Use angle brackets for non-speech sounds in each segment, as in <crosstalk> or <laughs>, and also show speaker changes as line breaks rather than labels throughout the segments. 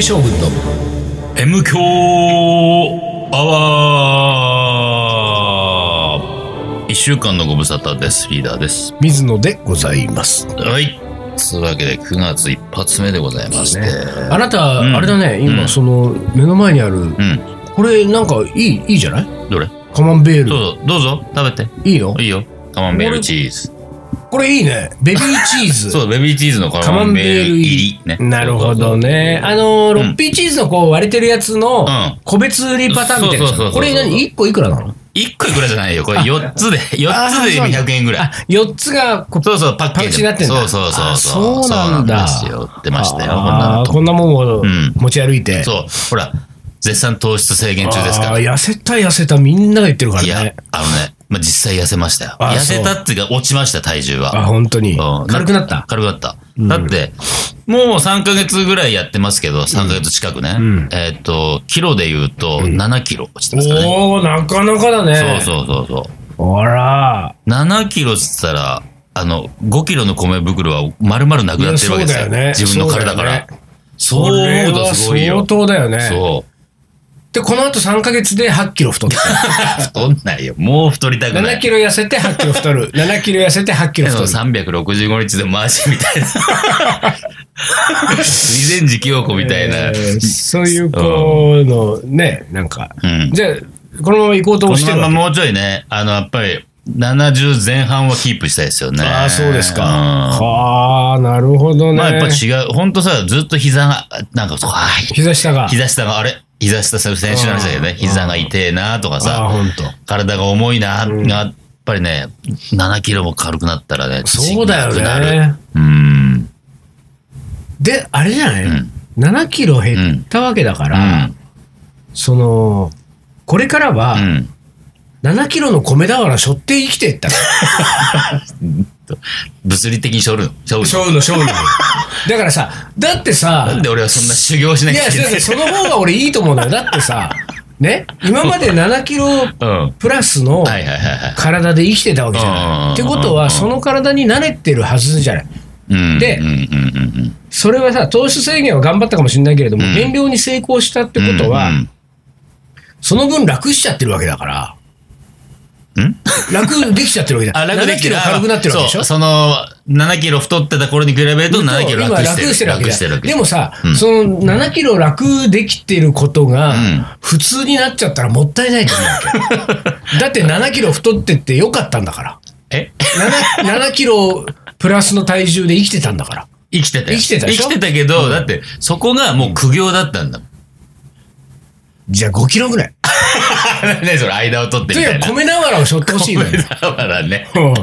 将軍の
M 強アワー一週間のご無沙汰です。リーダーです。
水野でございます。
はい。つうわけで9月一発目でございまして。
あなた、
うん
あれだね、
う
今、
ん
その、目の前にある、
うん。
これ、なんか、いい、いいじゃない
どれ
カマンベー
どう
ル。
ぞ、どうぞ、食べて。
いいの
いいよ。カマンベールチーズ。
これいいね。ベビーチーズ。
<laughs> そう、ベビーチーズのカマンベール入り。ね。
なるほどね。あのー、ロッピーチーズのこう割れてるやつの
ん
個別売りパターンみたいなやつ
そうそうそうそう
これ何 ?1 個いくらなの
1個いくらじゃないよ。これ4つで、4つ
<laughs>
で200円ぐらい
あ。、4つがこう
そうそう、パッ
パ
ケー
ッチ
ジ。
になってんだ
そうそうそう。
あそうなんだ
そうなんですよ。売ってましたよ。こんな
あ
の
ーこんなもんを
うん
持ち歩いて。
<laughs> そう、ほら、絶賛糖質制限中ですから
あ。ー痩せた痩せたみんなが言ってるから
いや
ね。、
あのね、まあ、実際痩せましたよ。
あ
痩
そう
せたっていうか、落ちました、体重
あ、
は。
本当に
うん。
軽くなった。
軽くなった。だって、もう3ヶ月ぐらいやってますけど、3ヶ月近くね。
ん
えーっと、キロで言うと、7キロ落ちてますからね。
おおなかなかだね。
そうそうそうそ
あら
う。7キロっつったら、あの、5キロの米袋は丸々なくなってるわけです
いやそうだ
よ。
よね
自分の体か
そうだよ
ら。
こ
そう
れ
思うと
は
すごい
相当
よ。
だよね。
そう。
で、この後3ヶ月で8キロ太った。
<laughs> 太んないよ。もう太りたくない。
7キロ痩せて8キロ
<laughs>
太る。7キロ痩せて8キロ
でも
太る。
365日で回しみたいな。水前寺清子みたいな。
えーそういうこうのね、なんか。
うん
じゃあ、このまま行こうと
こ
してる
のま
わけ
まもうちょいね、あの、やっぱり、70前半はキープしたいですよね。
ああ、そうですか。
うん
はあ、なるほどね。
まあやっぱ違う。ほんとさ、ずっと膝が、なんか、わあ
膝下が。
膝下が、あれ膝下さ、先週なんでしたけど
う
ね、
ん
膝が痛えなとか
ああ、
さ、
ほんと。
体が重いな、やっぱりね、7キロも軽くなったらね、
そうだよ
自信なくなる。
ね。
うん。
で、あれじゃない、
ん
?7 キロ減ったわけだか
う
ら、
ん。
その、これから
う
は、
ん。
7キロの米俵背負って生きていったら。
<laughs> 物理的にしょるの。しょるの
背負うの、背負うの。 <laughs> だからさ、だって
な
さ
ん、で俺はそんな修行しないきゃ
や、
いけ
だ
な
っ
い
てその方が俺いいと思うのよ。だってさ、ね、今まで7キロ
うん。はい
プラスの
はいはいはい。
体で生きてたわけじゃ
うんうんう
なんい。ってことは、その体に慣れてるはずじゃない。
うん、
で
うんうんうん
それはさ、糖質制限は頑張ったかもしれないけれども、
うん
減量に成功したって
うん。
ことは、
うん
その分楽しちゃってるわけだから、
うん
楽できちゃってるわけだ。
あ、楽
7キロ軽くなってるわけでしょ
そうその、7キロ太ってた頃に比べると7キロ楽してる。
今楽してるわけだでもさ、
うん
その7キロ楽できてることが
うん
普通になっちゃったらもったいないと思うわ
<laughs>
けだって7キロ太ってってよかったんだから
え
7, 7キロプラスの体重で生きてたんだから
生きてたよ。
生きてたでしょ
生きてたけど、だって、そこがもう苦行だったんだもん。
じゃあ5キロぐらい
ね、 <laughs> それ間を取って
と
み
に
たい
か
な。
く米俵を背負ってほしいのよ、
だからね。
うんうん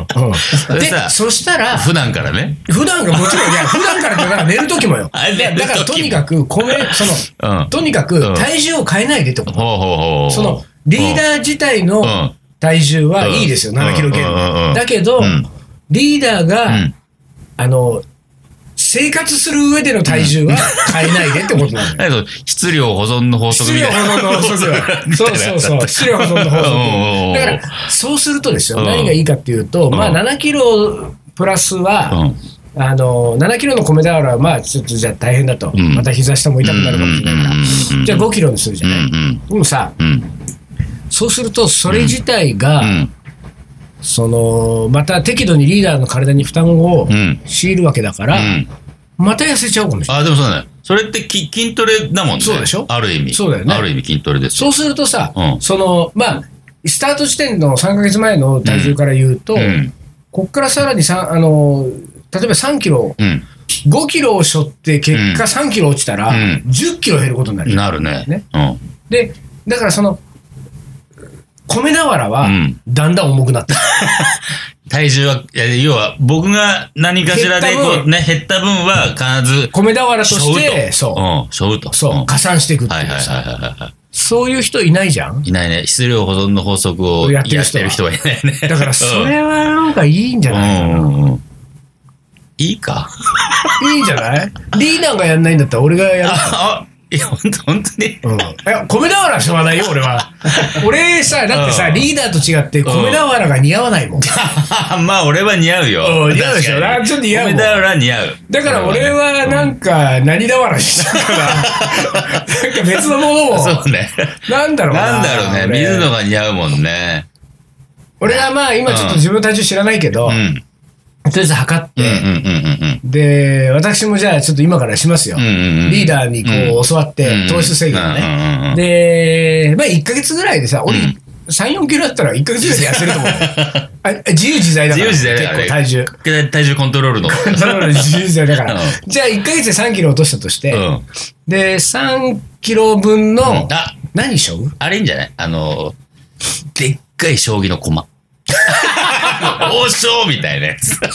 れ
で
さ
そしたら
<laughs> 普段からね。
普段がもちろん、いや、普段からだから寝る時もよ。
<laughs> あ寝
い
る時
や
も
だからとにかく、米、その、
うん
とにか
う
く
ん
体重を変えないでってこと。
ほうほうほう。
その、リーダー自体
う
の
ん
体重はいいですよ、
うん
7キロ減
うんうん。
だけど
うん、
リーダー
う
が
ん、
あの、生活する上での体重は変えないでってことなのよ。
なんかそう質量保存の法
<laughs>
則
質
み
量
た
保
いな。
存の法則
<laughs>
よ。そうそうそう。質量保存の法則
うん <laughs> うんうん。
だから、そうするとですよ、
うん
何がいいかっていうと、まあ
うん
7キロプラスは、
うん
あの7キロの米俵はまあちょっとじゃあ大変だと、
うん
また膝下も痛くなるかもしれないから、
うんうんうんうん
じゃあ5キロにするじゃない、
うんうん
でもさ
うん。
そうするとそれ自体が、
うん。
そのまた適度にリーダーの体に負担を
うん
強いるわけだから、
うん
また痩せちゃうかもしれない、
あ、でもそうだね。それってき筋トレだもんね。
そうでしょ
ある意味。
そうだよね
ある意味筋トレですよ。
そうするとさ、
うん
そのまあスタート時点の3か月前の体重から言うと、
うん。
こっからさらにさあの例えば3キロ
うん。
5キロを背負って結果3キロ落ちたら、
うん
10キロ減ることになる、
なるね。
ね
うん。
で、だからその、米俵は
うん、
だんだん重くなった。
<laughs> 体重は、いや要は、僕が何かしらで、
減った分
こう、ね、減った分は必ず、
米俵と
しょ
し
う
て、
と。。
そう
うん、しょうと。
う、そう、
んは
加算していくっ
い
て
はい
いう
はい
さ、
はいは
そういう人いないじゃん
い。いないね。質量保存の法則を
や
や
っ
ってて
る
る
人は
人はいないね。
だからそれはなんかいいんじゃ
う
ない、
ん、うんうんうん。いいか。 <laughs>
いいんじゃないリーダーがやんないんだったら俺がやる。
あ、いや、本当本当に。
うん、いや米俵はしょうがないよ、俺は。俺さ、だってさ、
うん
リーダーと違って、米俵が似合わないもん。
<laughs> まあ、俺は似合うよ。
うん似合うでしょなちょっと似合うもん
だから似合う。
だから俺は、なんか、何俵にしたから、なんか別のもの
うん、
を
そ、うね。
なんだろうな。
なんだろうね。
俺
水野が似合うもんね。
俺はまあ、今ちょっと自分の体重知らないけど、
うん。
とりあえず測っ
うんうん
て、
うん
で、私もじゃあちょっと今からしますよ。
うんうんうん
リーダーにこう教わっ
うんう
て
ん、
糖質制限を
うんうんう
ね
ん。
で、まあ1ヶ月ぐらいでさ、俺
うん
3、4キロだったら1ヶ月ぐらいで痩せると思
<laughs>
うよ。あ自由自在だから。
自由自在だから
結構体重。
うんうん。体重コントロー
<laughs>
ルの。
それぞれ自由自在だか
う
ら
ん。
じゃあ1ヶ月で3キロ落としたとして、
うん。
で、3キロ分の、
うんあ
何しょう
あれいいんじゃないあの、でっかい将棋
<laughs>
の駒。王将みたいなやつ。でっ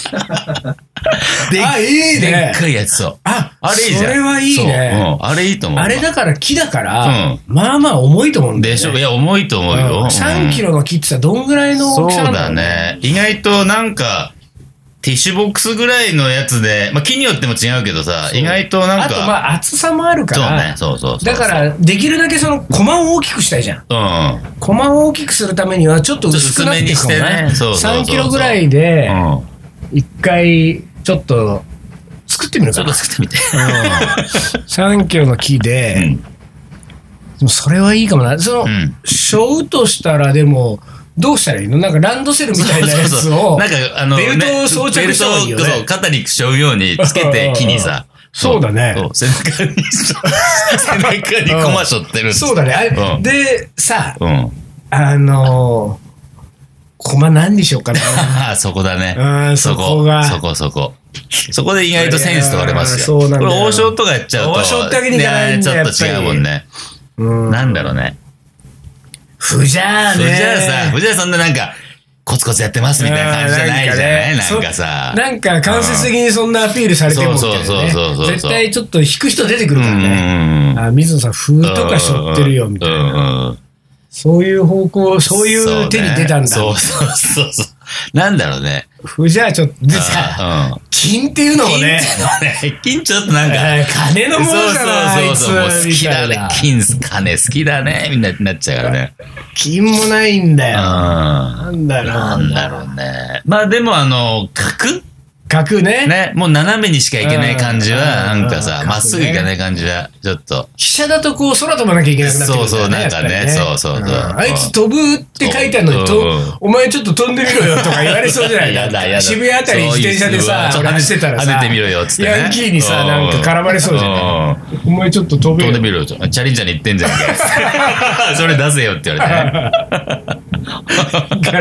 あ、いい
で
ね
っ。かいやつそう。
あ、
あれいいじゃん。
それはいいね。
そううんあれいいと思う。
あれだから木だから
うん、
まあまあ重いと思うんだよ
で
ね
しょいや、重いと思うよ。うん
3キロの木ってさ、どんぐらいの
そ
大
う
きさなんだ
だ
ろう
ね。意外となんか、ティッシュボックスぐらいのやつで、まあ、木によっても違うけどさ、
そう
意外となん
あと
か、
まあ厚さもあるか
そうね
ら、、
そうそうそう
だからできるだけその駒を大きくしたいじゃん。
うん。
駒を大きくするためにはちょっと薄くなっていくかも
ちょっと薄め
ね。
にしてねそうそうそ
3
うそう
キロぐらいで、
うん。
一回ちょっと作ってみる
ちょ
か
っと
な。
作ってみて。
<laughs> 3キロの木で、
うん
でもそれはいいかもな。その、
うん
しょうとしたらでも、どうしたらいいのなんかランドセルみたいなやつを
なん、か、あの、
ベルトを
ね
装着した方がいいよね
ベルトをそう肩に背負うようにつけて、木にさ。
そうだね
そう背中に、
<laughs>
背中にコマ背負ってるんです
そうだね。あれ
うん
で、さ、
うん。
あのー、駒何にしようかな。
あ <laughs> あ、そこだ
う
ね
ん。
そ
そこ
こ
が
そこそこ。そこで意外とセンス問われます
い
よ。
やーそうなんだよ
これ王将とかやっちゃうと。
王将ってわけにいかないんだ
ねちょっと違うもんね。
うん
なんだろうね。
不じゃあね。
藤原さん、藤原さんでなんか、コツコツやってますみたいな感じじゃないじゃないなんかさ。
なんか間接的にそんなアピールされてもみたいなね
そうそうそうそうそう
絶対ちょっと引く人出てくる
う
か
ん
らね。
うんうん。
あ、水野さん、風とかしょってるよ、みたいな。
な。
そういう方向、そういう手に出たんだ。
そうねそうそうそうそう。なんだろうね。
ふじゃあちょっと、でさ、
あ
金っていうのもね、
うん。金ちょっとなんか、
えー <laughs> 金のものじゃない
そうそうそうそう。もう
あいつ
好き
みた
だ
い
ね
な。
金、金好きだね。みんなになっちゃうからね。
金もないんだ
うん。
よ。なんだろうな
なんだろうね。まあでもあの、角
角ね。
ね。もう斜めにしか行けない感じは、
うん
なんか
うん
さ
角、ね
まっすぐ行かない感じは、ちょっと。
飛車だとこう空飛ばなきゃいけなくなってくる
そうそう
やっぱり
なんかねそうそうそうん
あいつ飛ぶって書いてあるのに、
う
と
ん
お前ちょっと飛んでみろよとか言われそうじゃない
やだ、やだ。
渋谷あたり自転車でさ、
そういう人はちょっと
俺走ってたらさ、
跳ねてみろよ、っつってね。
ヤンキーにさ、
うん
なんか絡まれそうじゃない
うん
お前ちょっと飛べ
飛
よ
んでみるよ。チャリンチャリ行ってんじゃん
<laughs>
け。それ出せよって言われてね。
から、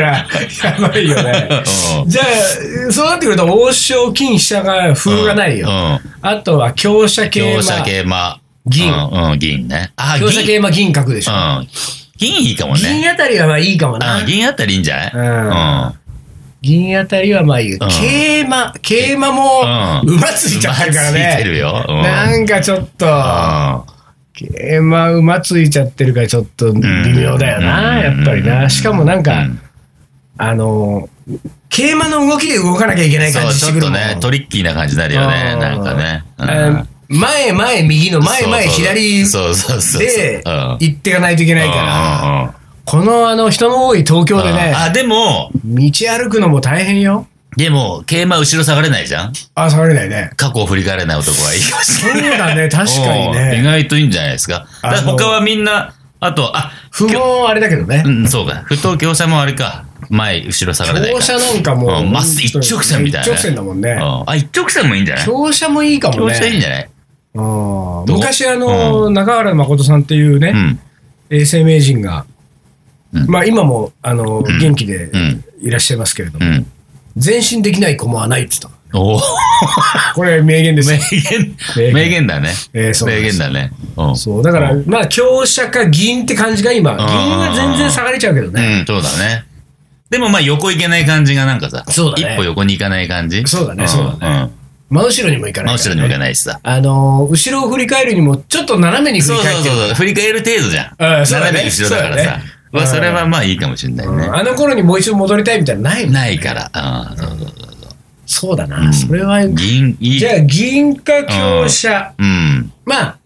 やばいよね。
うん
じゃあ、そうなってくると、王将、金、飛車が、風がないよ。
うん。
あとは、強者桂
強
馬
者、桂馬。
銀
うん、うん銀ね。あ、
強者桂
銀。
馬、銀角でしょ。
うん。銀いいかもね。
銀あたりはまあいいかもな
うん。銀あったらいいんじゃないうん。
銀あたりはまあいい。桂馬、桂馬も、
うん
馬ついちゃってるから
馬
ね。
ついてるよ。うん
なんかちょっと、桂馬馬ついちゃってるからちょっと微妙だよな、
うん
やっぱりな。しかもなんか、
うん
あの、桂馬の動きで動かなきゃいけな
うん
い
そ
感
う、
じし
ち
て
ょ
くる
っと
もん
ね、トリッキーな感じになるよね。
うん
なんかね。うん
あ前、前、右の前、前、左
そうそうそうそう。
で
うん
行ってかないといけないから、
うんうんうん
このあの人の多い東京でね、
あ、でも、
道歩くのも大変よ。
でも、桂馬後ろ下がれないじゃん
あ、下がれないね。
過去を振り返れない男はいいかもしれない
そうだね、確かに
うん
ね。
意外といいんじゃないですか。だから
あの
他はみんな、あと、あ、
不毛あれだけどね
う。ん、そうか。不当強者もあれか。前、後ろ下がれないか。
強者なんかも
う
う。
んまっすぐ一直線みたいな
一
ね
直線だもんね。
うんあ、一直線もいいんじゃない
強者もいいかも
強者いいん
ね。
じゃない
うん
どう
昔あの、中原誠さんっていう
う
ね、
ん。
永世名人が
うん、
まあ今も、あの、
ん
元気で
うん
いらっしゃいますけれど
う
も、
ん。
前進できない子もはないって言っ
おお
た。これ名言です
名
よ。
言
名、言
名言だね。
えーそうなん
名
で
言
す
だね。うん
そう、だから、まあ強者か銀って感じが今、銀は全然下がれちゃうけどね。
うん、そうだね。でもまあ横行けない感じがなんかさ、
そうだね
一歩横に行かない感じ。
そうだね
ん
そうだね。真後ろにも行か
うん
ないからね。
真後ろにも行かないしさ。
あのー後ろを振り返るにも、ちょっと斜めに振
そ
り
うそう
返って
そ
る。
うそう。振り返る程度じゃん。
うんそうだね
斜めに後ろだから
そうだ
さ
ね。
うわそれはまあいいかもしれないね
うん。あの頃にもう一度戻りたいみたいなのないもん
ないから。うん、そうそう
そうだな。それは、
銀、いい。
じゃあ、銀貨強者。
うん。
まあ、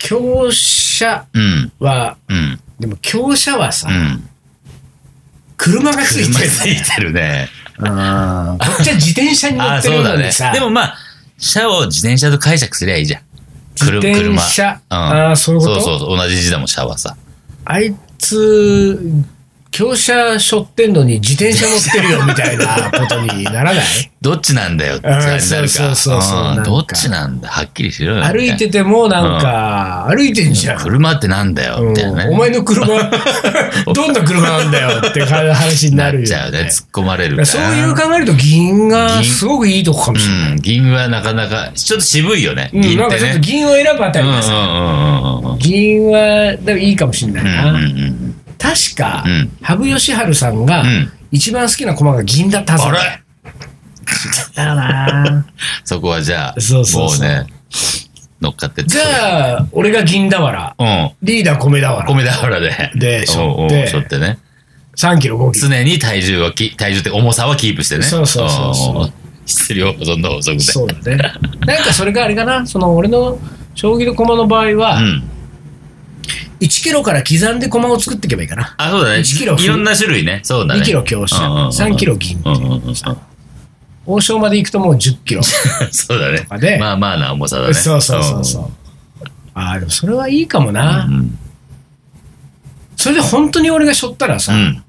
強者
うん。
は、
うん。
でも強者はさ、
うん。
車がつい
車
て
<laughs> つ
る。
いてるね。
うんこっちは自転車に乗
ああ、
って
そ
る
う
の
だ
に
ね
さ、。
でもまあ、車を自転車と解釈すりゃいいじゃん。
自
車
転車。
車うん
ああ、そういうこ
そ
と
うそうそう、同じ字だもん、車はさ。
あいつ、強車背負ってんのに自転車乗ってるよみたいなことにならない
<laughs> どっちなんだよって感じになる
う
か
んそうそうそうそうな
うんん。
か
どっちなんだはっきりしろよ。
歩いててもなんか、歩いてんじゃん。
車ってなんだよ、みたいな
うんお
ね。
前の
<laughs>
車、どんな車なんだよって話になる
っ
よ、
ちゃうね。突っ込まれる
だから
か
そ
ら。
ういう考えると銀がすごくいいとこかもしれない。
うん、銀はなかなか、ちょっと渋いよね。
うん
銀
な
っ
んか
て
ちょっと
ね。
銀を選ぶあた
うん
り
うん
がさ、
うんうんうんうん
銀はでもいいかもしれないな。
うんうん
確か、
うん
羽生善治さんが
うん
一番好きな駒が銀だったはず
あ
なんだよ
れ
だよな。
そこはじゃあ、
そうそう
も
そう
うね、乗っかっ
<laughs>
て
じゃあ、俺が銀だわら、
あ、
リーダー米だわ
う
ら、
ん。米俵で。
で背負
おうお
っ
う
て
背負ってね。
3キロ5キロ。
常に体重はき、体重って重さはキープしてね。
そうそうそうそうん
んん。質量保存の法則で。
そうだね。なんかそれがあれかな、その俺の将棋の駒の場合
う
は、
ん。
1キロから刻んで駒を作っていけばいいかな。
あ、そうだね。
1キロ
いろんな種類ね。そうだね。
2キロ強者、
うんうんうん
3キロ銀って
う
い
ん
う。
うんうんうん。
王将まで行くともう10キロと
そうだね。
かで、
<laughs> まあまあな重さだね。
そうそうそうそう。ああ、でもそれはいいかもな。
うんうん
それで本当に俺がしょったらさ、
うん。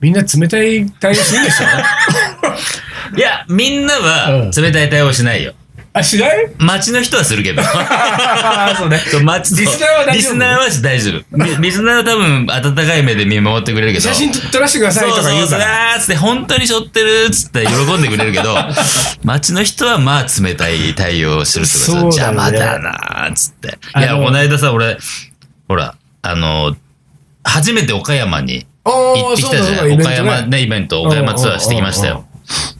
みんな冷たい対応するんでし
<laughs>
ょ
いや、みんな
うん
は冷たい対応しないよ。
あ、し
<laughs>
ない
街の人はする
<laughs>
けど。
ああ、そうね。
そう街の
リスナーは大丈夫
リスナーは大丈夫。リリスナーは多分温かい目で見守ってくれるけど。
写真撮らせてくださいとか言う
そ
か
うそうそう
ら。
あーっつって、本当にしょってるっつって喜んでくれる
<laughs>
けど、街の人はまあ冷たい対応をするってこと
そうだ
邪
ね
魔だなーっつって。い
あ
や、
の
この間さ、俺、ほら、あの、初めて岡山に行
行
ってきたじゃん。岡山ね、イベント、岡山ツアーしてきましたよ。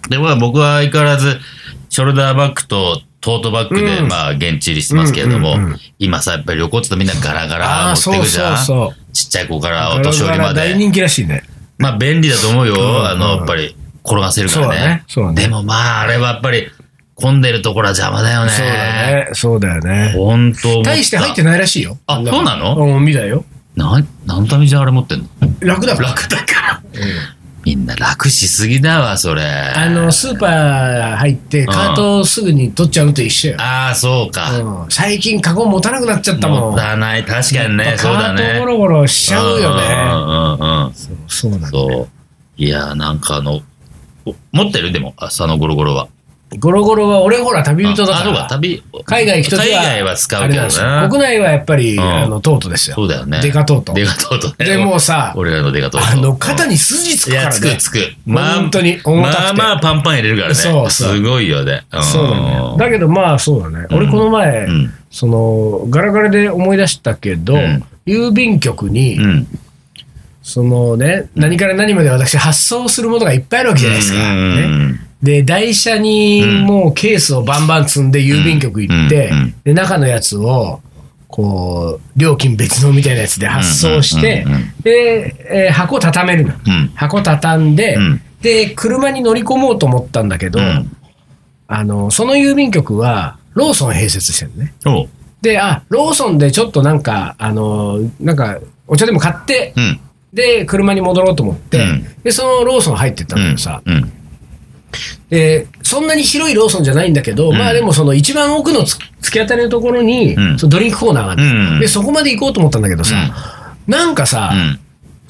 で、まあ僕は相変わらず、ショルダーバッグとトートバッグで、
うん
まあ現地入りしてますけれども、
うんうんうん
今さ、やっぱり旅行って言うとみんなガラガラ
ああ、
持って
そう
くじゃん。
そうそう。
ちっちゃい子からお年寄りまで
大。人気らしいね。
まあ便利だと思うよ。
ん
あの、やっぱり転がせるか
そう
ら
だね
ね。
そうだね
でもまああれはやっぱり混んでるところは邪魔だよね。
そうだ。ね。そうだよね。
本当思った
大して入ってないらしいよ。
あそうなの
うん、見たよ。
な、何のためにじゃああれ持ってんの
楽だから。
楽だから。みんな楽しすぎだわ、それ。
あ
あ
の、スーパー入って、カートをすぐに取っちゃうのと一緒よ。
ああ、そうか。
うん最近、カゴ持たなくなっちゃったも
も
ん。
ったいない。確かに
や
ね
っ。ぱ
そうだ
カートゴ
ね。
ロゴロしちゃうよね。
うんうんうんうん。
そうなんだ。
そう。いや、なんかあの、お持ってるでも、朝のゴロゴロは。
ゴロゴロは、俺ほら、旅人だ
あ
か
そうか、
ら。
旅。
海外行くときは
海外は使
あ
う
れ
け
なん
ど
ですよ
な。
国内はやっぱり、
うん
あの、トートですよ。
そうだよね。
デカトート
デカトートね。
でもうさ、
俺らのデカトート。
あの、肩に筋つ
い
くか
や、
ら
つく
ね。
つく。
本当に重たくて
まあまあパンパン入れるからね。
そうそう
すごいよね。ん
そうだね。だけどまあそうだね。
うん
俺この前、
うん。
その、ガラガラで思い出したけど、
うん
郵便局に、
うん。
そのね、何から何まで私発送するものがいっぱいあるわけじゃないですか。ね、で、台車に
うん
もうケースをバンバン積んで郵便局行って、
うんうん
で、中のやつを、こう、料金別のみたいなやつで発送して、
うんうんうんうん
で、えー箱畳めるの。
うん。
箱畳んで、
うん
で、車に乗り込もうと思ったんだけど、
うん
あの、その郵便局は、ローソン併設してるね。
おう
で、あ、ローソンでちょっとなんか、あの、なんか、お茶でも買って、
うん。
で、車に戻ろうと思って、
うん
で、そのローソン入ってったんだけどさ、
うん。
で、そんなに広いローソンじゃないんだけど、
うん
まあでもその一番奥のつ突き当たりのところに、
うん
そのドリンクコーナーがあって、
うん
で、そこまで行こうと思ったんだけどさ、なんかさ、
うん。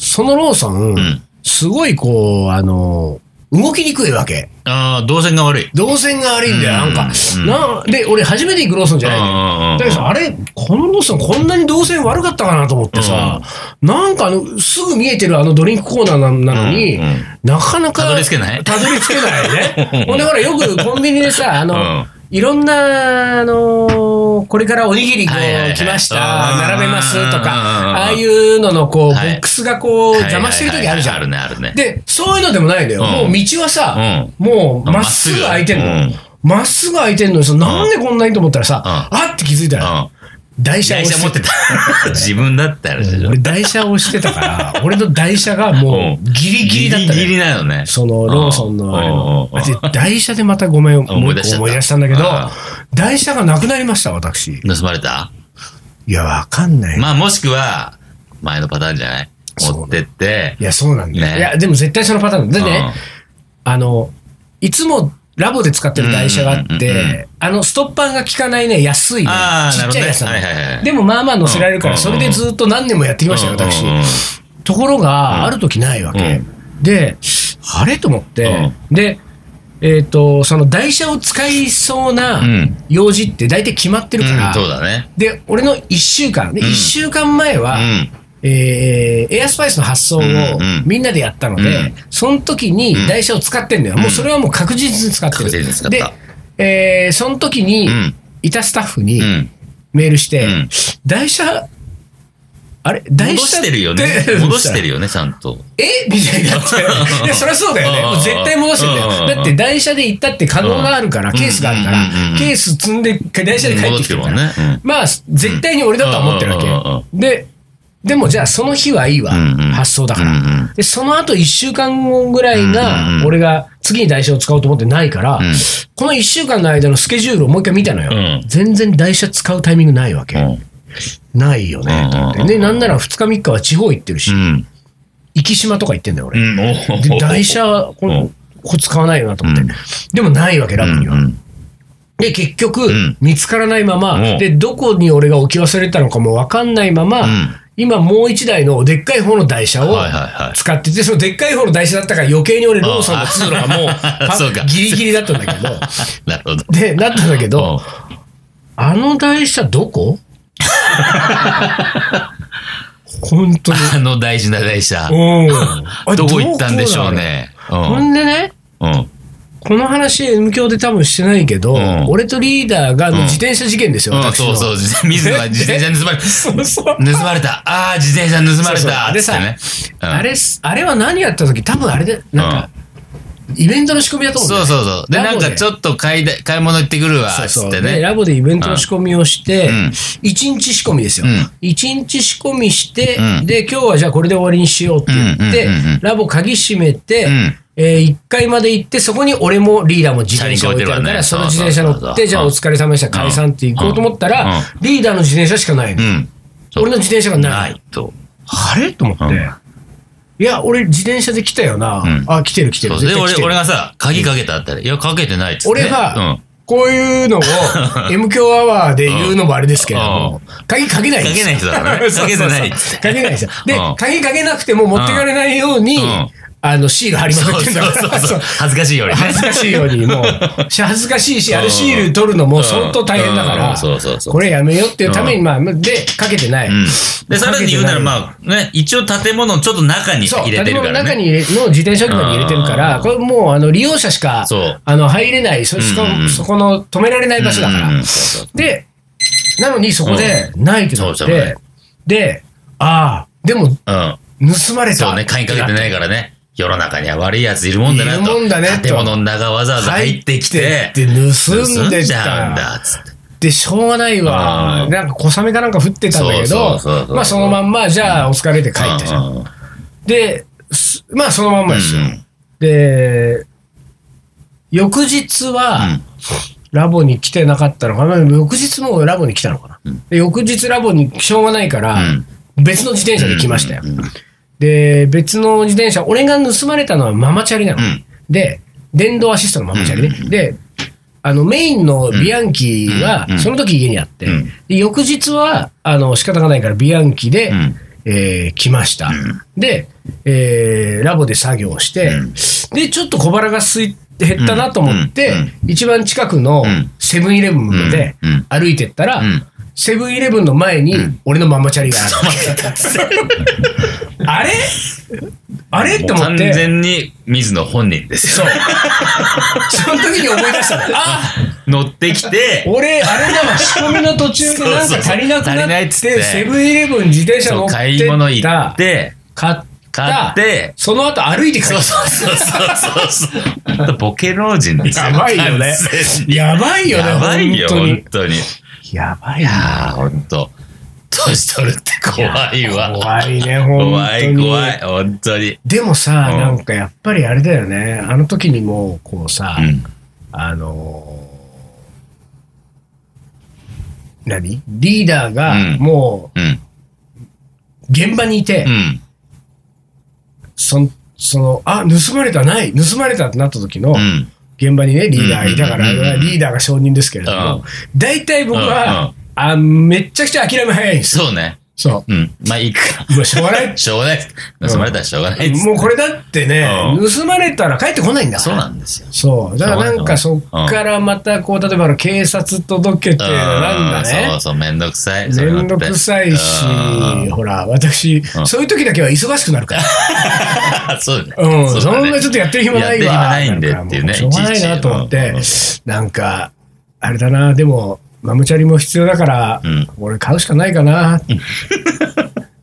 そのローソン、
うん
すごいこう、あの、動きにくいわけ。
ああ、動線が悪い。
動線が悪いんだよ、なんか。
うん
なで、俺初めて行くローソンじゃないのよ
あ
だけどさ、あれ、このローソンこんなに動線悪かったかなと思ってさ、なんかあの、すぐ見えてるあのドリンクコーナーななのに、
うんうん
なかなか。
たどり着けない
たどり着けないね。
<laughs>
ほんでほら、よくコンビニでさ、あの、
うん
いろんな、あのーこれからおにぎりこ
はいはいは
う
い
来ました、
うん
並べますとか、
うん
ああいうののこう、ボ
はい
ックスがこう、邪魔してる時あるじゃん。
あるね、あるね。
で、そういうのでもないのよ。
うん
もう道はさ、
う
もうまっすぐ開いてん
まっ
の
すぐ。
まっすぐ開いてんのにさ、なんでこんなにと思ったらさ、
うん
あって気づいた
う
ら、
ん。
台車を
台
押し
車持っててた。自分だったらでしょ
俺台車を押してたから、 <laughs> 俺の台車がもうギリギリだったのよ
ギリギリなのね。
そのローソンのあれの
うんうんうん
で台車でまたごめん、もう
思い出し
一
ちゃ
個
った
思い出したんだけど
あ、
台車がなくなりました、私。
盗まれた
いや、わかんない。
まあもしくは、前のパターンじゃない
そう
持ってって、
いや、そうなんだよ。
ね
いや、でも絶対そのパターンだ。でね、あの、いつもラボで使ってる台車があっ
うんうんうんう
て、あの、ストッパーが効かないね、安いね
あ、ー
ちっちゃいやつな
なるほどねはいはいは
の。
い
でも、まあまあ乗せられるか
う
ら、
ん
それでずっと何年もやってきましたよ、私
うん。うんうん
ところが、ある時ないわけ
う。
で、あれと思って、で、えっと、その台車を使いそうな
うん
用事って大体決まってるか
うん
ら、
そうだね。
で、俺の1週間、で
うん
1週間前
う
は、
ん。
えーエアスパイスの発想を
うんうん
みんなでやったので、
うん
その時に台車を使ってんだよ。
ん
もうそれはもう確実に使ってる。
確実に使っ
で
た、
えーその時に
うん
いたスタッフに
うん。
メールして、
うん
台車、あれ台
戻
車
し
って
てる
<laughs>
よね。戻してるよね、ちゃんと。
えみたいになって。
<laughs>
いや、そりゃそうだよね。もう絶対戻してんだ
うんうんう
よ。
ん
だって、台車で行ったって可能があるから、
うん
ケースがあるから
うんうんう、ん
ケース積んで、台車で帰ってきてるか
戻
ら
ってくるもんね。
まあ、絶対に俺だとは思ってる
うんうんうん
わ
う
け。で、でもじゃあ、その日はいいわ
うんうん。
発想だか
うんう
ら。で、その後1週間後ぐらい
うんうんう
が、
ん
俺が次に台車を使おうと思ってないから
ん、
この1週間の間のスケジュールをもう一回見たの
う
よ
ん。
全然台車使うタイミングないわけ。ないよね。と思っ
うんうんう
てで、
ん
なんなら2日3日は地方行ってるし
う、ん。
行島とか行ってんだよ、俺
う。ん。お
で台車こ
う
れ
ん
これ使わないよなと思って、
うん
でもないわけラ
う
ブ
ん
には、
うん。
で結局、
ん
見つからないまま、
うん
でどこに俺が置き忘れたのかも分かんないまま、
うん
今もう一台のでっかい方の台車を
はいはいはい
使っててそのでっかい方の台車だったから余計に俺ローソンの通路がもう
あ
パ
<laughs> そうか
ギリギリだったんだけど
なるほど。
でだったんだけど、
うん
あの台車どこ本当に。
あの大事な台車。
うんあ
どこ行ったんでしょうね。う
どこだろうほ
ん。
んでね、
うん。
この話、M 教で多分してないけど、
うん
俺とリーダーがあの
うん
自転車事件ですよ、
うん、
私の
そうそう、自転水
<laughs>
野が自転車盗まれ、
そうそう
盗まれた。ああ、自転車盗まれた。
そうそう
ね。うん
あれ、あれは何やった時多分あれで、なんか、イベントの仕込みだと思うんだ
そ
よ
う
ね
そうそう。で、
ラ
な
ボ
ん
で
かちょっと買いだ買い物行ってくるわ、つ
そうそう
って
で
ね。
ラボでイベントの仕込みをして、
うん
一1日仕込みですよ、
うん
一1日仕込みして、
うん
で今日はじゃあこれで終わりにしようって言って、
うんうんうんうん
ラボ鍵閉めて、
うん
え1階まで行って、そこに俺もリーダーも自転車置いてあるから、そ
チャ
の
リ
自
ンコ置
転車乗っ
いてるわねそうそうそう
て、じゃあお疲れ様でした、解散って行こうと思ったら、
うん
リーダーの自転車しかないの。
うん。そう
俺の自転車がな
ないい。と。
あれと思って、
うん
いや、俺自転車で来たよな。
ん
あ、来てる来て
そ
る。
うで、
絶対
俺
来てる
俺がさ、鍵かけたったら、いや、かけてないっつって。
俺が
うん。、
こういう
<laughs>
のを M 強アワーで言うのもあれですけれども、鍵かけないんですよ。
かけない人だから
<laughs>
ね
そうそうそう
かけてないっつって
かけないですよ。で
うん、
鍵かけなくても持ってかれないように
うん、
あの、シール貼りま
そ
くっ
う
てんだ
そう
か
そ
ら。
うそ。
そうう
恥ずかしいよりね。
恥ずかしいように、
<laughs>
もう、し恥ずかしいし、あれシール取るのも相当大変だか
う
ら
んそうそう、そう
これやめようっていうために、まあ、で、かけてない。
うんで、さらに言うなら、まあ、ね、一応建物のちょっと中に
そう、
入れて
建
る
物
か
の
ら
中
ね。
に入れの自転車置き場に入れてるから、
うん
これもうあの利用者しか
そう
あの入れないそ
うん
しかもそこの止められない場所だから。
うんうんそうそう
で、なのにそこでないってなっ
そうじゃない
て、で、ああ、でも
うん。
盗まれた。
そうね、鍵かけてないからね。世の中には悪いやついるもんだなと。
いるもんだねと
建物の中わざわざ入ってきて。
入ってきて盗んで
盗
っ
ん
た
じゃうんだ、つって。
で、しょうがないわ。
うん
なんか小雨かなんか降ってたんだけ
そ
ど
うそうそうそ、う
まあそのまんま、じゃあお疲れで帰ったじゃん。
うんうん
で、すまあそのまんまですよ。
うん
で、翌日は、
うん
ラボに来てなかったのかな、翌日もラボに来たのかな、で翌日ラボにしょうがないから、
うん
別の自転車で来ましたよ、
うんうんうん
で、別の自転車、俺が盗まれたのはママチャリなの、
うん
で、電動アシストのママチャリね、であのメインのビアンキは
うんうん
その時家にあって、
うん
で翌日はあの仕方がないからビアンキで、
うん
えー来ました、で、えーラボで作業して、
うん
でちょっと小腹がすい減ったなと思って、
うん
一番近くの
うん
セブンイレブンまで
うんうん
歩いてったら、
うん
セブンイレブンの前に俺のママチャリがあるあれあれと思
完
って。
全に水野本人です
そ
よ
う。その時に思い
<laughs>
出したの。あ <laughs>
乗ってきて、
俺、あれだわ、仕込みの途中でなんか足りなく
そうそうそう足
な
り
っ
ない
て、
っつって
セブンイレブン自転車
そ
乗
う
ってった。
買い物行って、
買った。
買って
その後歩いて帰っ
そ
た
う。そうそうそうそう。ほんとボケ老人ですよ。
やばいよね
完全。に
やばいよね、
やばい
本
よ、
当
本
に。
当に。い
やばい
やー、本当年取るって怖いわ。
怖いね、本当に。
怖い、怖い、本当に。
でもさ、
うん
なんかやっぱりあれだよね。あの時にもう、こうさ、
うん
あの何リーダー
うん
が、も
うん。
う、現場にいて
う、ん。
そんその、あ、盗まれた、ない、盗まれたってなった時の
う、ん。
現場にね、リーダーいたか
うんうんうん
ら、
うん
リーダーが証人ですけれど
うん
も、大体僕
うんう
は
ん、
あめっちゃくちゃ諦め早いんですよ。
そうね。
そ
うん。まあいいか。
う。もうしょうがない
<laughs> 。しょうがないです。盗まれたらしょうがないです。
もうこれだってね
う、
盗まれたら帰ってこないんだか
そう
ら。
なんですよ。
そう。だからなんかそっからまた、こう、例えばあの警察届けて、なんだ
そ
ね
う。そう、めんどくさい。
めんどくさいし
うん、
ほら、私、
ん
そういう時だけは忙しくなるから。
<laughs> そうね。
うん、
うだ
そ
ね
んなちょっとやってる暇ないわ。
やってる暇ないんでっていうね
なんかもしょうがないなと思っ
い
て
ちい、
なんか、あれだな、でも、マムチャリも必要だから
うん、
俺買うしかないかな。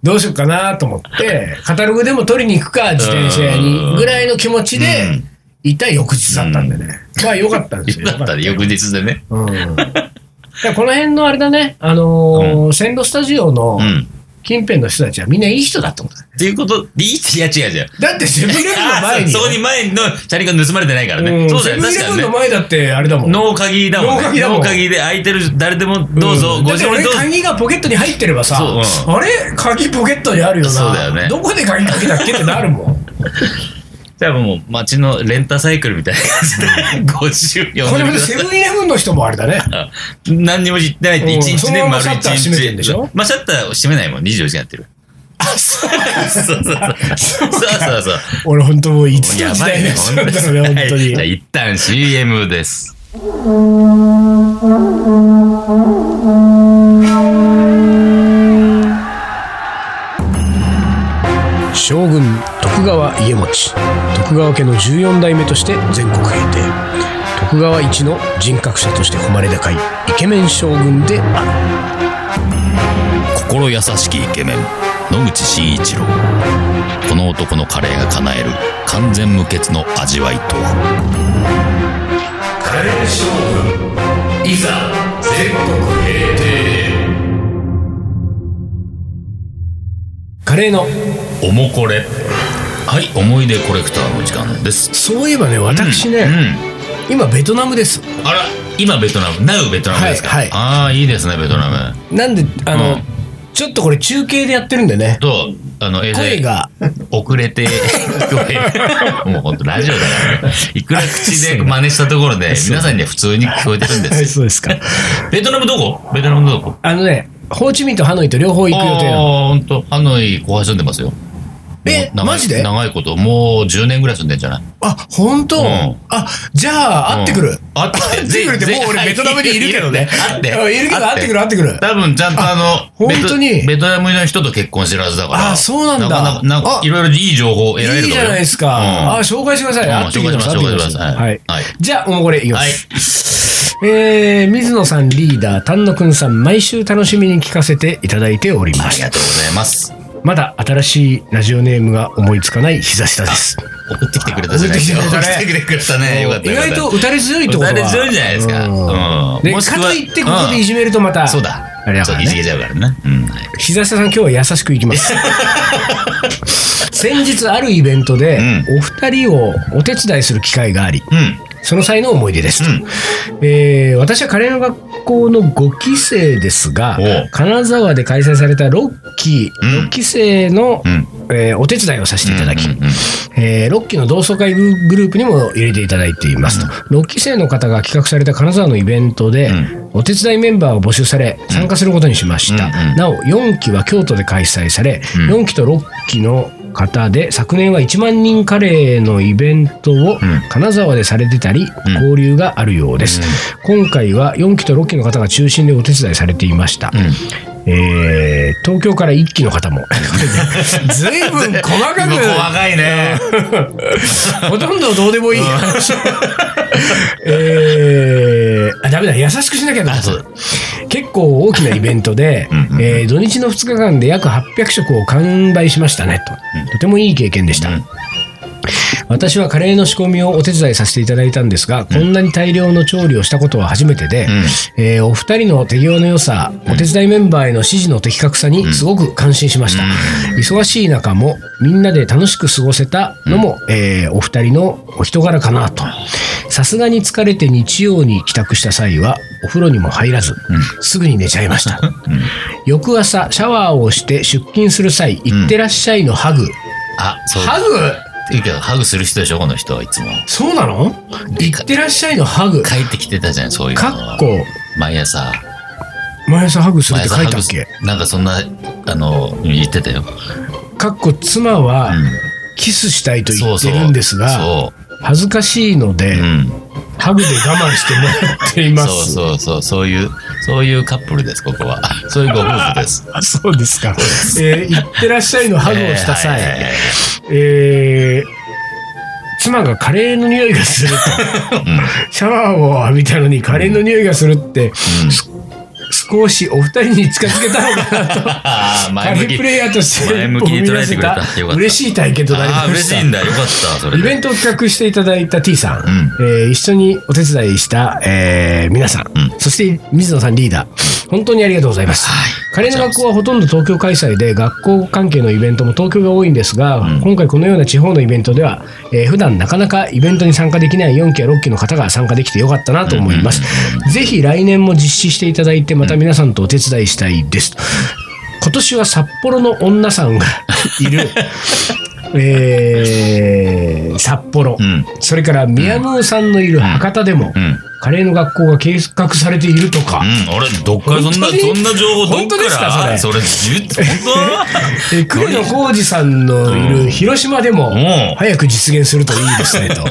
どうしようかなと思って、カタログでも取りに行くか、自転車屋
うん
に、ぐらいの気持ち
う
で
ん、
いた翌日だったんでね。まあ、良かったんです
<laughs>
<laughs>
よ
よ。
かったね、
よ
翌日でね。
うん。だからこの辺のあれだね、あのー、線路スタジオの
うん。
近辺の人たちはみんないい人だってことだね。
っていうこと、いいいや違う違う。
だってセブンイレブンの前に
<laughs> そ
よ。
こに前のチャリが盗まれてないから
う
ね。
ん
そうだよ、
セブンイ
確
レ
か
ブ
に
ン
ね
の。前だってあれだもん。
ノー鍵だもん
ノ
ね。
ー鍵だもん
で開いてる、誰でもどうぞ、
ん
ご
だって
自由
俺
にどうぞ。
鍵がポケットに入ってればさ、
そう
あれ鍵ポケットにあるよな。
そうだよね
どこで鍵かけたっけってなるもん。
<laughs>
こ
じゃあもう街のレンタサイクルみたいな感じで、ご自由に呼ん
れ
で
ま
く
た
だ
セ
さい。
ブンイレブンの人もあれだ
<laughs>
ね。
何にも言ってないって、
うん
一日で
そのま
丸
まシャッ
一
ター閉めてんでし
日
ょ。
まあシャッター閉めないもん、24時間やってる。
あ、そう。
そうそうそう。そうそうそう。
俺本当もういつの
や
時
ば
代の
いね、
やつ
本
な
当
ん
に。
だろうね、本当
はい
に
じゃあ。一旦 CM です。
将軍徳川家持徳川家の14代目として全国平定徳川一の人格者として誉れ高いイケメン将軍である
心優しきイケメン野口真一郎この男のカレーが叶える完全無欠の味わいとは
カレー将軍いざ全国平定カレーの
おもこれはい思い出コレクターの時間です
そういえばね私ね、今ベトナムです
うんあら今ベトナム NOW ベトナムですか、
はいはい
ああいいですねベトナム
なんであの、
うん
ちょっとこれ中継でやってるんでね
とあのえー
声
<laughs>
が
遅
<laughs>
れて聞こえるもう本当ラジオだからねいくら口で真似したところで皆さんには普通に聞こえてるんですよ
そうですか
ベトナムどこベトナムどこ
<laughs> あのねホーチミンとハノイと両方行く予定なの
ああ、本当。ハノイ、後輩住んでますよ。
え
もう長い
マジで
長いこと、もう10年ぐらい住んでんじゃない
あ、本当、
うん
あ、じゃあ、会ってくる。
あって、会
会ってくるって、もう俺ベトナムにいるけどね。
<laughs> 会って。
うんいるけど、会ってくる、会ってくる。
多分ちゃんとあの、
あ本当に
ベトベトナムの人と結婚してるはずだから。
あそうなんだ
なかなか、なんか
あ
いろいろいい情報を得られ
い
る
いじ
と思
ゃ
うよ
ないですか。
うん
あ、紹介してください。
うん
会ってき
紹
て
介
く
し
ださ
ます、
い。
紹介し
会ってき
ます。
てください
は
はいい。。
はい。
じゃあ、おもこれいきま
はい
す。えー、水野さんリーダー、丹野くんさん、毎週楽しみに聞かせていただいておりま
あり
す。
がとうございます。
まだ新しいラジオネームが思いつかない膝下です。
送ってきてくれたじゃないですか。
送っ
送ってて
き
きてくれたね。よかった
意
よかった。
外と打たれ強いってことは
打たれ強いんじゃないですかうん
で
も
か
しくは
といってここでいじめるとまた、
そうだ。
あれだか
そう、
ら
いじ
ね。
けちゃうからね。うん。はい
膝下さん今日は優しくいきます。先日あるイベントで、
う
お二人をお手伝いする機会があり、
うん。
その際の思い出ですと、えー私はカレーの学校の5期生ですが
おう、
金沢で開催された6期、
うん
6期生の、
うん。
えーお手伝いをさせていただき、
うんうんうん
えー、6期の同窓会ググループにも入れていただいていますと、6期生の方が企画された金沢のイベントで、
うん
お手伝いメンバーが募集され参加することにしました、
うんうん
なお4期は京都で開催され、
うん
4期と6期の方で昨年は1万人カレーのイベントを
ん
金沢でされてたり、
ん
交流があるようです、今回は4期と6期の方が中心でお手伝いされていました、
うん
えー東京から1期の方
<laughs>
もずいぶん細かく
細かいね。
<laughs> ほとんどどうでもいい話。えー、あ、ダメだ、優しくしなきゃな。
あ、そう。
結構大きなイベントで、
んうん
えー土日の2日間で約800食を完売しましたね、と。とてもいい経験でした。
うん
私はカレーの仕込みをお手伝いさせていただいたんですが、こんなに大量の調理をしたことは初めてで、えーお二人の手際の良さ、お手伝いメンバーへの指示の的確さにすごく感心しました。忙しい中もみんなで楽しく過ごせたのも、えーお二人のお人柄かなと。さすがに疲れて日曜に帰宅した際は、お風呂にも入らず、すぐに寝ちゃいました。翌朝、シャワーをして出勤する際、行ってらっしゃいのハグ。
あ、そう。
ハグ
いいけど、ハグする人でしょ、この人はいつも。
そうなの
で
行ってらっしゃいのハグ。
帰ってきてたじゃん、そういうの。
かっこ、
毎朝。
毎朝ハグするっ
毎
て書
朝ハ
い
グ
たっけ
なんかそんな、あの、言ってたよ。
かっこ、妻は
うん。
キスしたいと言
そう
って
そう。
るんですが、
そ
恥ずかしいので、
う。うん。
ハグで我慢してもらっています。
そうそうそう、そういう、そういうカップルです、ここは。 <laughs> そういうご夫婦です。
あそうですか。えー、行ってらっしゃいのハグをした際、
えーはいはいはい
えー妻がカレーの匂いがすると、シャワーを浴びたのにカレーの匂いがするって、少しお二人に近づけたのかなと、
ああ、
カ
前
レ
向
ー
き。
プレイヤーとして
前向きに捉えてくれた。よかった。
嬉しい体験となりま
ああー、嬉
した。
しいんだ。よかった、それ
イ
で。
ベントを企画していただいた T さん、えー一緒にお手伝いした、えー皆さん、
うん
そして水野さんリーダー、本当にありがとうございます。
はい
カレーの学校はほとんど東京開催で、学校関係のイベントも東京が多いんですが、
ん
今回このような地方のイベントでは、えー普段なかなかイベントに参加できない4期や6期の方が参加できてよかったなと思います。ぜひ来年も実施していただいて、また皆さんとお手伝いしたいです。今年は札幌の女さんがい
<laughs>
る、えー札幌、
うん。
それから宮ムーさんのいる博多でも、
うん。
カレーの学校が計画されているとか、
うん、俺、どっからそんな、
本当に
そんな情報、ど
本
っ
当
か、
ですからそ
それ、言って本
えー栗野浩二さんのいる広島でも
んうん
早く実現するといいですねと。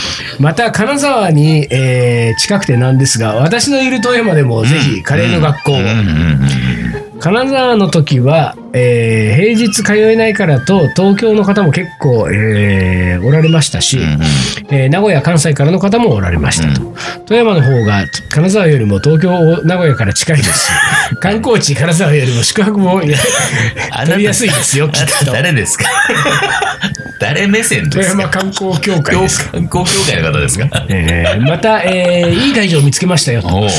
<laughs> また金沢に、えー近くてなんですが私のいる富山でもぜひカレーの学校を、
当うんうんうん。
金沢の時は、えー平日通えないからと東京の方も結構、えーおられましたし、
うん
えー名古屋関西からの方もおられましたと、富山の方が金沢よりも東京名古屋から近い
<laughs>
ですし観光地金沢よりも宿泊もいや
あなた
取りやすいですよきっと
誰ですか誰目線で
富
す
山
か
観光協会ですか、
観光協会の方ですか
えーまた、えーいい会場を見つけましたよと
おうおうおう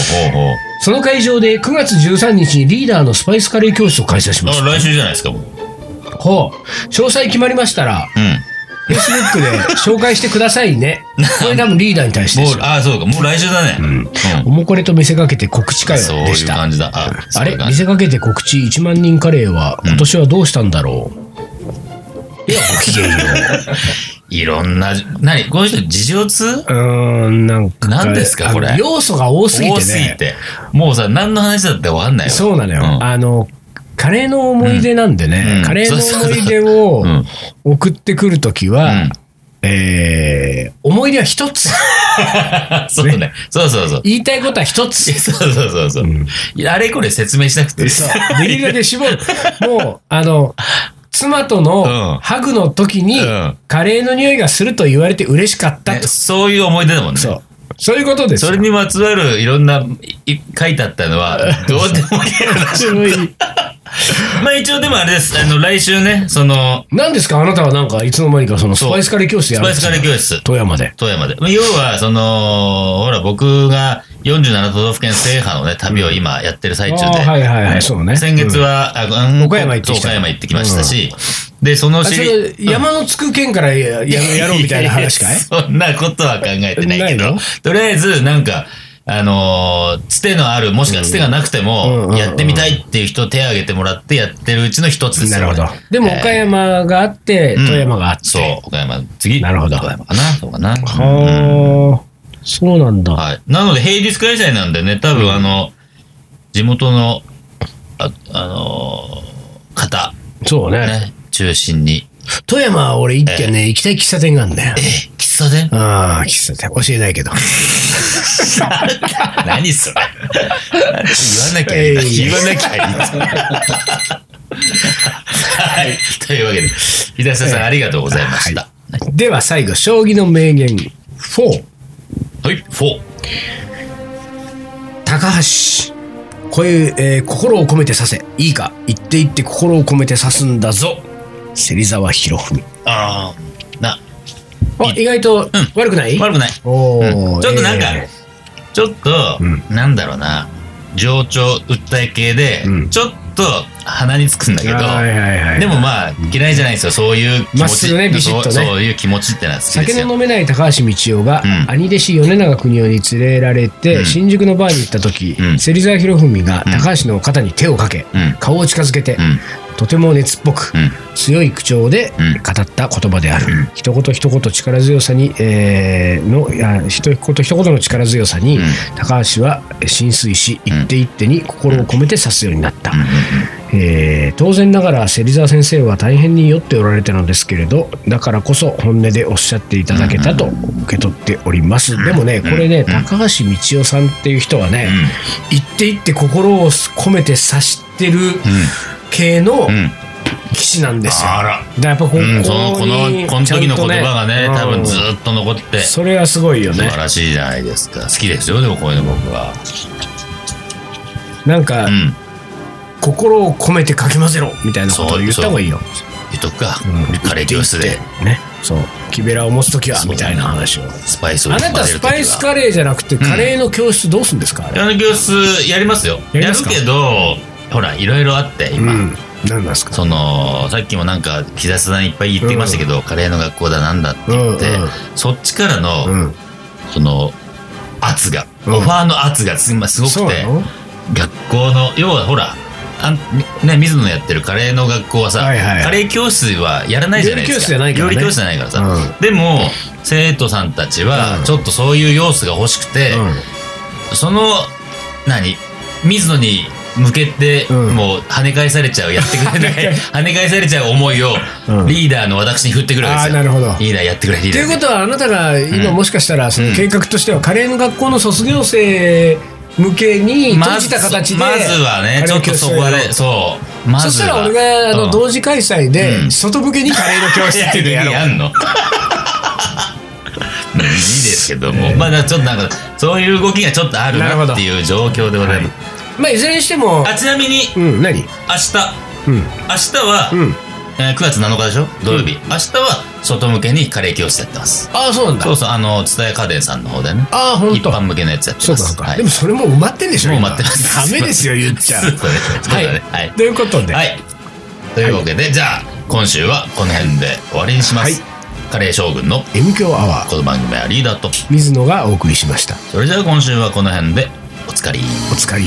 その会場で9月13日にリーダーのスパイスカレー教室を開催しま
だ
し
から来週じゃないですか、もう。うん。
たほう詳細決まりましたら Facebook で紹介してください
<laughs>
ねこれ多分リーダーに対してで
も
す
う、ああ、そうか、もう来週だね。うん。
おもこれと見せかけて告知会
そう
で
い
し
う
た
感じだ。あ
あ
そうい
れ
う感
見
じ
せかけて告知1万人カレーは今年はどうしたんだろう、いやごきげんよ
いろんな、何この人、事情通
ううーんなんか
何ですかこれ
あの要素が多すぎて
多
ね
すぎて。もうさ、何の話だってわかんないよ。
そうなのよ、
ん
あのカレーの思い出なんでね、
うん
カレーの思い出を
うん
送ってくるときは、
うん
えー思い出は一つ
<laughs> そうね。そうそうそう。
言いたいことは一つ
いやそうそうそうそう。いやあれこれ説明しなくていい。
そうできるだけ絞
<laughs>
るもうあの妻との
うん
ハグの時に、
うん
カレーの匂いがすると言われて嬉しかった
ね
と、
そういう思い出だもんね。
そうそういうことです
そ
よ
れにまつわるいろんないい書いてあったのは、どうでもいい話。まあ一応でもあれです。あの、来週ね、その、
何ですかあなたはなんかいつの間にかそのス
そう
パイスカレー教室
ス
やるん
パ
で
イス
す
カ
か
レー教室、
富山で。
富山で。まあ要は、その、ほら、僕が47都道府県制覇のね、旅を今やってる最中
あ
で、
ーはいはいはいそうね
先月は、あうん
岡山行ってきた
岡山行ってきましたし、で、その
あそれ
り、
山のつく県からやや
<laughs>
やろうみたいな話かい
そんなことは考えてないけ
ない
ど
の、
とりあえず、なんか、あのーつてのある、もしくはつてがなくて
うんうんうん
も
う、ん
やってみたいっていう人手を挙げてもらってやってるうちの一つですよ、これ
でも
えー
岡山があって、
うん
富山があって。
そう、岡山。次。
なるほど
岡山かなそうかな。うん
はあ、そうなんだ。
はい。なので、平日開催なんでね、多分、あの、地元の、あ、あのー方、
そうね。
ね、中心に。
富山は俺一軒ね、行きたい喫茶店があるんだよ
え。ー、喫茶店
ああ、喫茶店。教えないけど。
何それ言わなきゃいい。
えー
言わなきゃいい。はい。というわけで、日田下さん、ありがとうございました。
では最後、将棋の名言4。
はい、4。
高橋声、えー心を込めて刺せいいか言って言って心を込めて刺すんだぞ芹沢博文
ああ、な、
あ意外と悪くない、
悪くない。
おー
うんちょっとなんか、
え
ちょっと、
うん
なんだろうな、情緒訴え系で、
うん
ちょっと鼻につくんだけど、
はいはいはい
でもまあ嫌いじゃないんですよそういう気
ま
持
っ
ち
すぐねビシッとね
そうそういう気持ちってのは好きで
酒
すよ
の飲めない高橋道夫が、
うん
兄弟子米長邦夫に連れられて、
うん
新宿のバーに行った時、
うん
芹沢博文が
うん
高橋の肩に手をかけ、
うん
顔を近づけて、
うん
とても熱っぽく、
うん
強い口調で
うん
語った言葉である、一言一言力強さに、えーのいや一言一言の力強さに、
うん
高橋は浸水し一手一手に心を込めて指すようになった、えー当然ながら芹沢先生は大変に酔っておられたのですけれどだからこそ本音でおっしゃっていただけたと受け取っております、でもねこれね、高橋道夫さんっていう人はね、一手一手心を込めて指してる系の
うんうん
棋士なんですよ、
あら
だからやっぱここ
うん、
に
そのこのこの時の言葉がね
ちゃんと
多分ず
うん
っと残って素
それはすごいよね
晴らしいじゃないですか好きですよでもこういうの僕は
なんか、
うん
心を込めてかき混ぜろみたいなことを言った方がいいよ
言っとくか、
うん
カレー教室で
ねそう木べらを持つ時は
そう
みたいな話を
スパイスを
あなた
混ぜ
ス
る時は
パイスカレーじゃなくてカレーの教室どうすんですか、あれ
あの教室やりますよ
やり
や
ます
る
か
けどほらいろいろあって今、
うん何なんですか
そのさっきもなんか木田さんいっぱい言ってましたけど、カレーの学校だなんだって言って、
うんうん
そっちからの、
うん
その圧が、
うん
オファーの圧が今すご
そう
くて
なの
学校の要はほらあんね、水野やってるカレーの学校はさ、
はいはい
カレー教室はやらないじゃないで
料理教
すか
室じゃないからね
料理教室じゃないからさ、
う
でも生徒さんたち
う
は
ん
ちょっとそういう要素が欲しくて、その何水野に向けて、
うん
もう跳ね返されちゃうやって
<laughs>
くれない跳ね返されちゃう思いを、
うん
リーダーの私に振ってくるわ
あ
け
あ
です
な
よ
るほど
リーダーやってくれリー
と
ダ
いう
ー
こ
やって
とはあなたが今もしかしたらその計画としてはカレーの学校の卒業生向けに閉じた形で
まずはね
カ
ち
レー
ょっと
教室
そ
を
こ
やろう
でそうまず
そ
は
したら俺があ
う
の
ん
同時開催
う
で
ん
外向けにカレーの教室っていうのやろう
やんのいいですけども、まだちょっとなんかそういう動きがちょっとある
なるほ
な
ど
っていう状況でございます、
まあいずれにしても
あちなみに明日
うん何うん
明日は、
うん
えー9月7日でしょ土曜日、明日は外向けにカレー教室やってます
ああそうなんだ
そうそうあの蔦屋家電さんの方でね
ああ本
一
当
般向けのやつやって
そう
ま
かそう
す
か、
はい
でもそれもう埋まってんでしょ
もう
今
待ってます
ダメですよ言っちゃ
<laughs> そう
う
だねそうだねはい
ということで、
はい。というわけで、じゃあ、今週はこの辺で終わりにします。カレー将軍の
M 強アワー
この番組はリーダーと。
水野がお送りしました
それじゃあ今週はこの辺でおつかり。
お疲れ